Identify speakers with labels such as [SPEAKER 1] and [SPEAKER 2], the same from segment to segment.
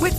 [SPEAKER 1] With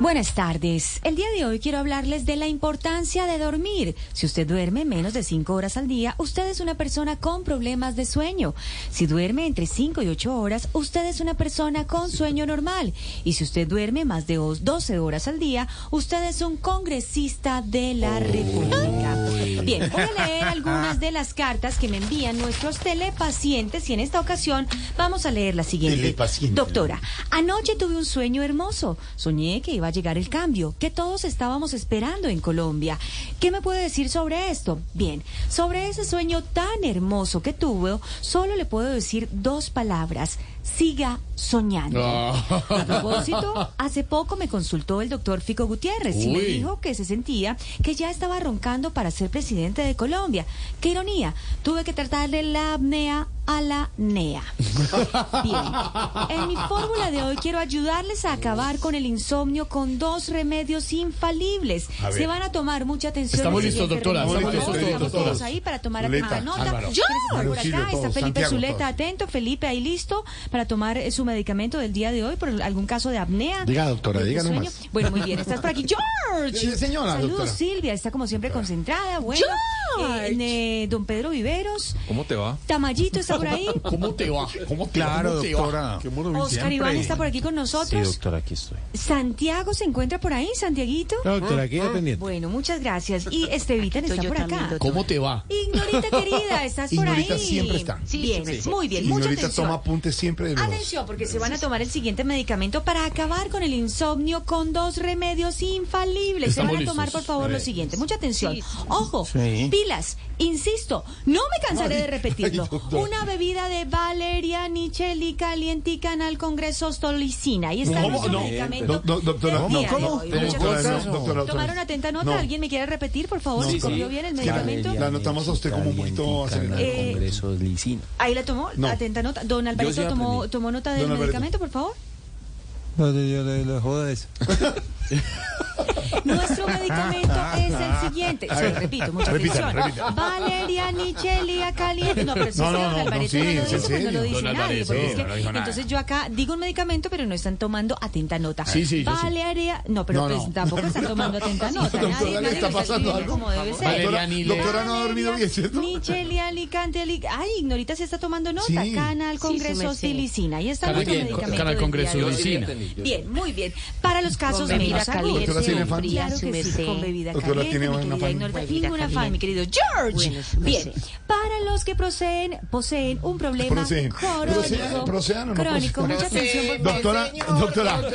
[SPEAKER 2] Buenas tardes. El día de hoy quiero hablarles de la importancia de dormir. Si usted duerme menos de 5 horas al día, usted es una persona con problemas de sueño. Si duerme entre 5 y 8 horas, usted es una persona con sueño normal. Y si usted duerme más de os- 12 horas al día, usted es un congresista de la República. Bien, voy a leer algunas de las cartas que me envían nuestros telepacientes y en esta ocasión vamos a leer la siguiente.
[SPEAKER 3] Telepaciente.
[SPEAKER 2] Doctora, anoche tuve un sueño hermoso. Soñé que iba a llegar el cambio, que todos estábamos esperando en Colombia. ¿Qué me puede decir sobre esto? Bien, sobre ese sueño tan hermoso que tuve, solo le puedo decir dos palabras. Siga soñando. A propósito, hace poco me consultó el doctor Fico Gutiérrez y me
[SPEAKER 3] Uy.
[SPEAKER 2] dijo que se sentía que ya estaba roncando para ser presidente de Colombia. Qué ironía, tuve que tratarle la apnea a la NEA. Bien, en mi fórmula de hoy quiero ayudarles a acabar con el insomnio con dos remedios infalibles.
[SPEAKER 3] A ver.
[SPEAKER 2] Se van a tomar mucha atención.
[SPEAKER 3] Estamos
[SPEAKER 2] en el
[SPEAKER 3] listos,
[SPEAKER 2] siguiente
[SPEAKER 3] doctora,
[SPEAKER 2] remedio.
[SPEAKER 3] estamos
[SPEAKER 2] Todos
[SPEAKER 3] listos,
[SPEAKER 2] estamos
[SPEAKER 3] doctora.
[SPEAKER 2] todos ahí para tomar
[SPEAKER 3] Zuleta,
[SPEAKER 2] ah, nota.
[SPEAKER 3] Álvaro.
[SPEAKER 2] Yo.
[SPEAKER 3] Álvaro,
[SPEAKER 2] Por
[SPEAKER 3] Silvio,
[SPEAKER 2] acá está
[SPEAKER 3] todos,
[SPEAKER 2] Felipe
[SPEAKER 3] Santiago,
[SPEAKER 2] Zuleta,
[SPEAKER 3] todos.
[SPEAKER 2] atento. Felipe, ahí listo para tomar eh, su medicamento del día de hoy por algún caso de apnea.
[SPEAKER 3] Diga, doctora,
[SPEAKER 2] de
[SPEAKER 3] diga
[SPEAKER 2] sueño.
[SPEAKER 3] nomás.
[SPEAKER 2] Bueno, muy bien, estás por aquí. ¡George!
[SPEAKER 3] Sí, señora,
[SPEAKER 2] Saludos,
[SPEAKER 3] doctora.
[SPEAKER 2] Silvia, está como siempre concentrada. Bueno,
[SPEAKER 4] ¡George!
[SPEAKER 2] eh, eh, don Pedro Viveros.
[SPEAKER 5] ¿Cómo te va?
[SPEAKER 2] Tamayito está por ahí.
[SPEAKER 3] ¿Cómo te va? ¿Cómo te
[SPEAKER 5] Claro,
[SPEAKER 3] cómo te
[SPEAKER 5] doctora.
[SPEAKER 3] Qué maravilla.
[SPEAKER 2] Oscar Iván está por aquí con nosotros.
[SPEAKER 5] aquí estoy.
[SPEAKER 2] Santiago se encuentra por ahí, Santiaguito.
[SPEAKER 5] Doctora, aquí
[SPEAKER 3] ¿Ah?
[SPEAKER 5] pendiente.
[SPEAKER 2] Bueno, muchas gracias. Y Estevita está por acá.
[SPEAKER 3] ¿Cómo te va?
[SPEAKER 2] Ignorita querida, estás por
[SPEAKER 3] Ignorita
[SPEAKER 2] ahí.
[SPEAKER 3] siempre está. Sí,
[SPEAKER 2] bien, muy bien, mucha
[SPEAKER 3] Ignorita
[SPEAKER 2] atención.
[SPEAKER 3] toma apuntes siempre de los...
[SPEAKER 2] Atención, porque se van a tomar el siguiente medicamento para acabar con el insomnio con dos remedios infalibles.
[SPEAKER 3] Estamos
[SPEAKER 2] se van a tomar,
[SPEAKER 3] listos.
[SPEAKER 2] por favor,
[SPEAKER 3] A ver.
[SPEAKER 2] lo siguiente. Mucha atención. Ojo,
[SPEAKER 5] Sí.
[SPEAKER 2] pilas, insisto, no me cansaré
[SPEAKER 3] Ay,
[SPEAKER 2] de repetirlo.
[SPEAKER 3] ay, doctor.
[SPEAKER 2] Una bebida de Valeria Nicheli calientica al Congreso Stolicina. Ahí está
[SPEAKER 3] ¿Cómo?
[SPEAKER 2] nuestro
[SPEAKER 3] No.
[SPEAKER 2] medicamento.
[SPEAKER 3] Do- do- doctora,
[SPEAKER 2] del
[SPEAKER 3] no,
[SPEAKER 2] día de
[SPEAKER 3] ¿cómo?
[SPEAKER 2] hoy.
[SPEAKER 3] ¿Cómo?
[SPEAKER 2] Muchas
[SPEAKER 3] Doctora,
[SPEAKER 2] gracias.
[SPEAKER 3] no, doctora, doctora.
[SPEAKER 2] ¿Tomaron atenta nota?
[SPEAKER 3] No.
[SPEAKER 2] ¿Alguien me quiere repetir, por favor?
[SPEAKER 3] No,
[SPEAKER 2] si
[SPEAKER 3] sí.
[SPEAKER 2] corrió bien el
[SPEAKER 3] Es que la-
[SPEAKER 2] medicamento?
[SPEAKER 3] La notamos a usted como un poquito acelerada.
[SPEAKER 2] Eh,
[SPEAKER 5] Congreso de Licina.
[SPEAKER 2] Ahí la tomó,
[SPEAKER 3] No.
[SPEAKER 2] atenta nota. Don
[SPEAKER 5] sí
[SPEAKER 2] Alvarito tomó,
[SPEAKER 5] aprendí.
[SPEAKER 2] tomó nota del
[SPEAKER 3] Don Alvarito.
[SPEAKER 2] medicamento, por favor.
[SPEAKER 5] No, yo le, joda eso.
[SPEAKER 2] Nuestro medicamento es el siguiente. Se lo repito, mucha
[SPEAKER 3] Repita,
[SPEAKER 2] atención.
[SPEAKER 3] repita.
[SPEAKER 2] Valeria Nichelia Caliente. No, pero si
[SPEAKER 3] No,
[SPEAKER 2] es que
[SPEAKER 3] no,
[SPEAKER 2] don
[SPEAKER 3] no,
[SPEAKER 2] Alvarito
[SPEAKER 3] no,
[SPEAKER 2] no
[SPEAKER 3] sí,
[SPEAKER 2] lo dice,
[SPEAKER 3] es en
[SPEAKER 2] pues no lo
[SPEAKER 3] serio.
[SPEAKER 2] dice
[SPEAKER 3] Don
[SPEAKER 2] nadie.
[SPEAKER 3] Alvarito,
[SPEAKER 2] porque
[SPEAKER 3] sí,
[SPEAKER 2] es que-
[SPEAKER 3] no dijo nada.
[SPEAKER 2] entonces yo acá digo un medicamento, pero no están tomando atenta nota.
[SPEAKER 3] Sí, sí, yo sí.
[SPEAKER 2] Valeria, no, pero
[SPEAKER 3] No, no.
[SPEAKER 2] pues tampoco están tomando atenta nota.
[SPEAKER 3] Doctora,
[SPEAKER 2] Nadie,
[SPEAKER 3] le
[SPEAKER 2] nadie
[SPEAKER 3] está
[SPEAKER 2] lo
[SPEAKER 3] pasando
[SPEAKER 2] escribiendo
[SPEAKER 3] algo.
[SPEAKER 2] como debe ser.
[SPEAKER 3] Doctora,
[SPEAKER 6] Valeria ni le-
[SPEAKER 3] doctora no ha dormido bien, ¿cierto?
[SPEAKER 2] Micheli Alicante, Alic- ay, Ignorita se está tomando nota.
[SPEAKER 3] Sí.
[SPEAKER 2] Canal Congreso Silicina. Ahí está
[SPEAKER 6] Canal
[SPEAKER 2] nuestro
[SPEAKER 6] bien,
[SPEAKER 2] medicamento.
[SPEAKER 6] Canal
[SPEAKER 2] del
[SPEAKER 6] Congreso
[SPEAKER 2] día de hoy.
[SPEAKER 6] Silicina.
[SPEAKER 2] Bien, muy bien. Para los
[SPEAKER 7] Con
[SPEAKER 2] casos
[SPEAKER 7] bebida
[SPEAKER 2] menos agudos.
[SPEAKER 7] caliente,
[SPEAKER 3] Doctora, ¿tiene afán?
[SPEAKER 2] Claro que sí, con bebida
[SPEAKER 3] Doctora,
[SPEAKER 2] caliente,
[SPEAKER 3] ¿tiene
[SPEAKER 2] mi
[SPEAKER 3] afán?
[SPEAKER 2] querida Ignorita.
[SPEAKER 7] Bebida
[SPEAKER 2] Ningún afán,
[SPEAKER 7] caliente.
[SPEAKER 2] mi querido George.
[SPEAKER 7] Bueno, sí,
[SPEAKER 2] bien,
[SPEAKER 7] sí.
[SPEAKER 2] para los que poseen, poseen un problema
[SPEAKER 3] Proceden. Proceden,
[SPEAKER 2] crónico.
[SPEAKER 3] procedan o no
[SPEAKER 2] Crónico,
[SPEAKER 3] procedan.
[SPEAKER 2] mucha atención, por favor.
[SPEAKER 3] Doctora, doctora.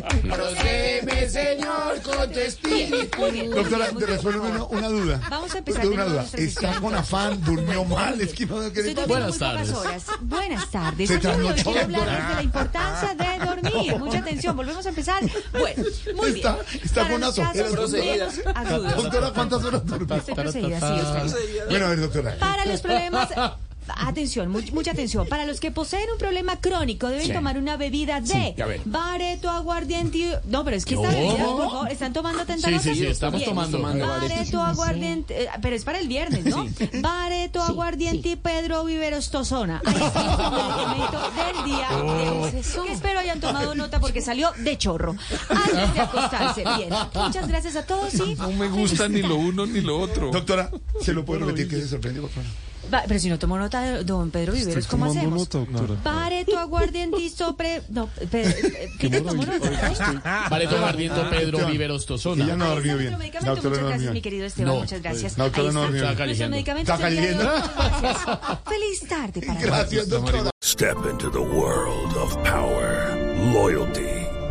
[SPEAKER 6] Procede, señor, con tu espíritu.
[SPEAKER 2] Muy bien,
[SPEAKER 3] Doctora,
[SPEAKER 2] muy bien, muy
[SPEAKER 3] te
[SPEAKER 2] bien,
[SPEAKER 3] resuelvo
[SPEAKER 2] por
[SPEAKER 3] una,
[SPEAKER 2] favor.
[SPEAKER 3] una duda.
[SPEAKER 2] Vamos a empezar
[SPEAKER 3] Tengo una
[SPEAKER 2] de nuevo
[SPEAKER 3] duda.
[SPEAKER 2] nuestra
[SPEAKER 3] Está
[SPEAKER 2] sesión.
[SPEAKER 3] con afán, durmió mal, es que no sé qué
[SPEAKER 2] Estoy
[SPEAKER 3] le
[SPEAKER 2] durmiendo
[SPEAKER 3] pasa.
[SPEAKER 2] muy pocas horas. Buenas tardes.
[SPEAKER 3] Se
[SPEAKER 2] El día de hoy
[SPEAKER 3] trasnochó, Ah.
[SPEAKER 2] quiero
[SPEAKER 3] doctora.
[SPEAKER 2] hablarles de la importancia de dormir. Mucha atención. Volvemos a empezar. Bueno, muy bien.
[SPEAKER 3] Está- está
[SPEAKER 2] Para
[SPEAKER 3] con
[SPEAKER 2] los
[SPEAKER 3] unas
[SPEAKER 2] casos
[SPEAKER 3] ojeras
[SPEAKER 2] menos agudos.
[SPEAKER 3] Doctora, ¿cuántas horas durmió?
[SPEAKER 2] Estoy procedida, sí, Oscar.
[SPEAKER 3] Bueno, a ver, doctora.
[SPEAKER 2] Para los problemas. Atención, mu- mucha atención. Para los que poseen un problema crónico, deben tomar una bebida de
[SPEAKER 6] a ver.
[SPEAKER 2] bareto, aguardiente. No, pero es que esta bebida, por favor, están tomando tanta
[SPEAKER 6] Sí,
[SPEAKER 2] nota?
[SPEAKER 6] sí, sí, estamos
[SPEAKER 2] Bien.
[SPEAKER 6] tomando.
[SPEAKER 2] Bareto, aguardiente. eh, pero es para el viernes, ¿no? Bareto, aguardiente y Pedro Viveros Tozona. Ahí está el medicamento del día. de
[SPEAKER 6] Oh.
[SPEAKER 2] hoy, que espero hayan tomado nota porque salió de chorro. Antes de acostarse. Bien. Muchas gracias a todos. Sí.
[SPEAKER 5] No me gusta ni lo uno ni lo otro.
[SPEAKER 3] Doctora, ¿se lo puede repetir que se sorprende, por favor?
[SPEAKER 2] Va, pero si no tomó nota de don Pedro Viveros, ¿cómo hacemos?
[SPEAKER 5] doctora.
[SPEAKER 2] Pare tu aguardiente y sopre. No, pe- eh, ¿qué tomó nota? ¿eh?
[SPEAKER 6] Vale, tomar viento Pedro Viveros Tozona.
[SPEAKER 3] Ah, Ella este no
[SPEAKER 2] Ahí está
[SPEAKER 3] dormió bien.
[SPEAKER 2] nuestro medicamento. Muchas
[SPEAKER 3] no
[SPEAKER 2] gracias,
[SPEAKER 3] dormió
[SPEAKER 2] mi
[SPEAKER 3] bien.
[SPEAKER 2] querido Esteban. Muchas gracias.
[SPEAKER 3] La doctora
[SPEAKER 2] Ahí
[SPEAKER 3] no
[SPEAKER 2] está.
[SPEAKER 3] dormió bien.
[SPEAKER 2] Nuestro medicamento
[SPEAKER 3] Está
[SPEAKER 2] del día de hoy.
[SPEAKER 3] caliente.
[SPEAKER 2] Gracias. Feliz tarde para todos.
[SPEAKER 3] Gracias, doctora.
[SPEAKER 8] Step into the world of power, loyalty,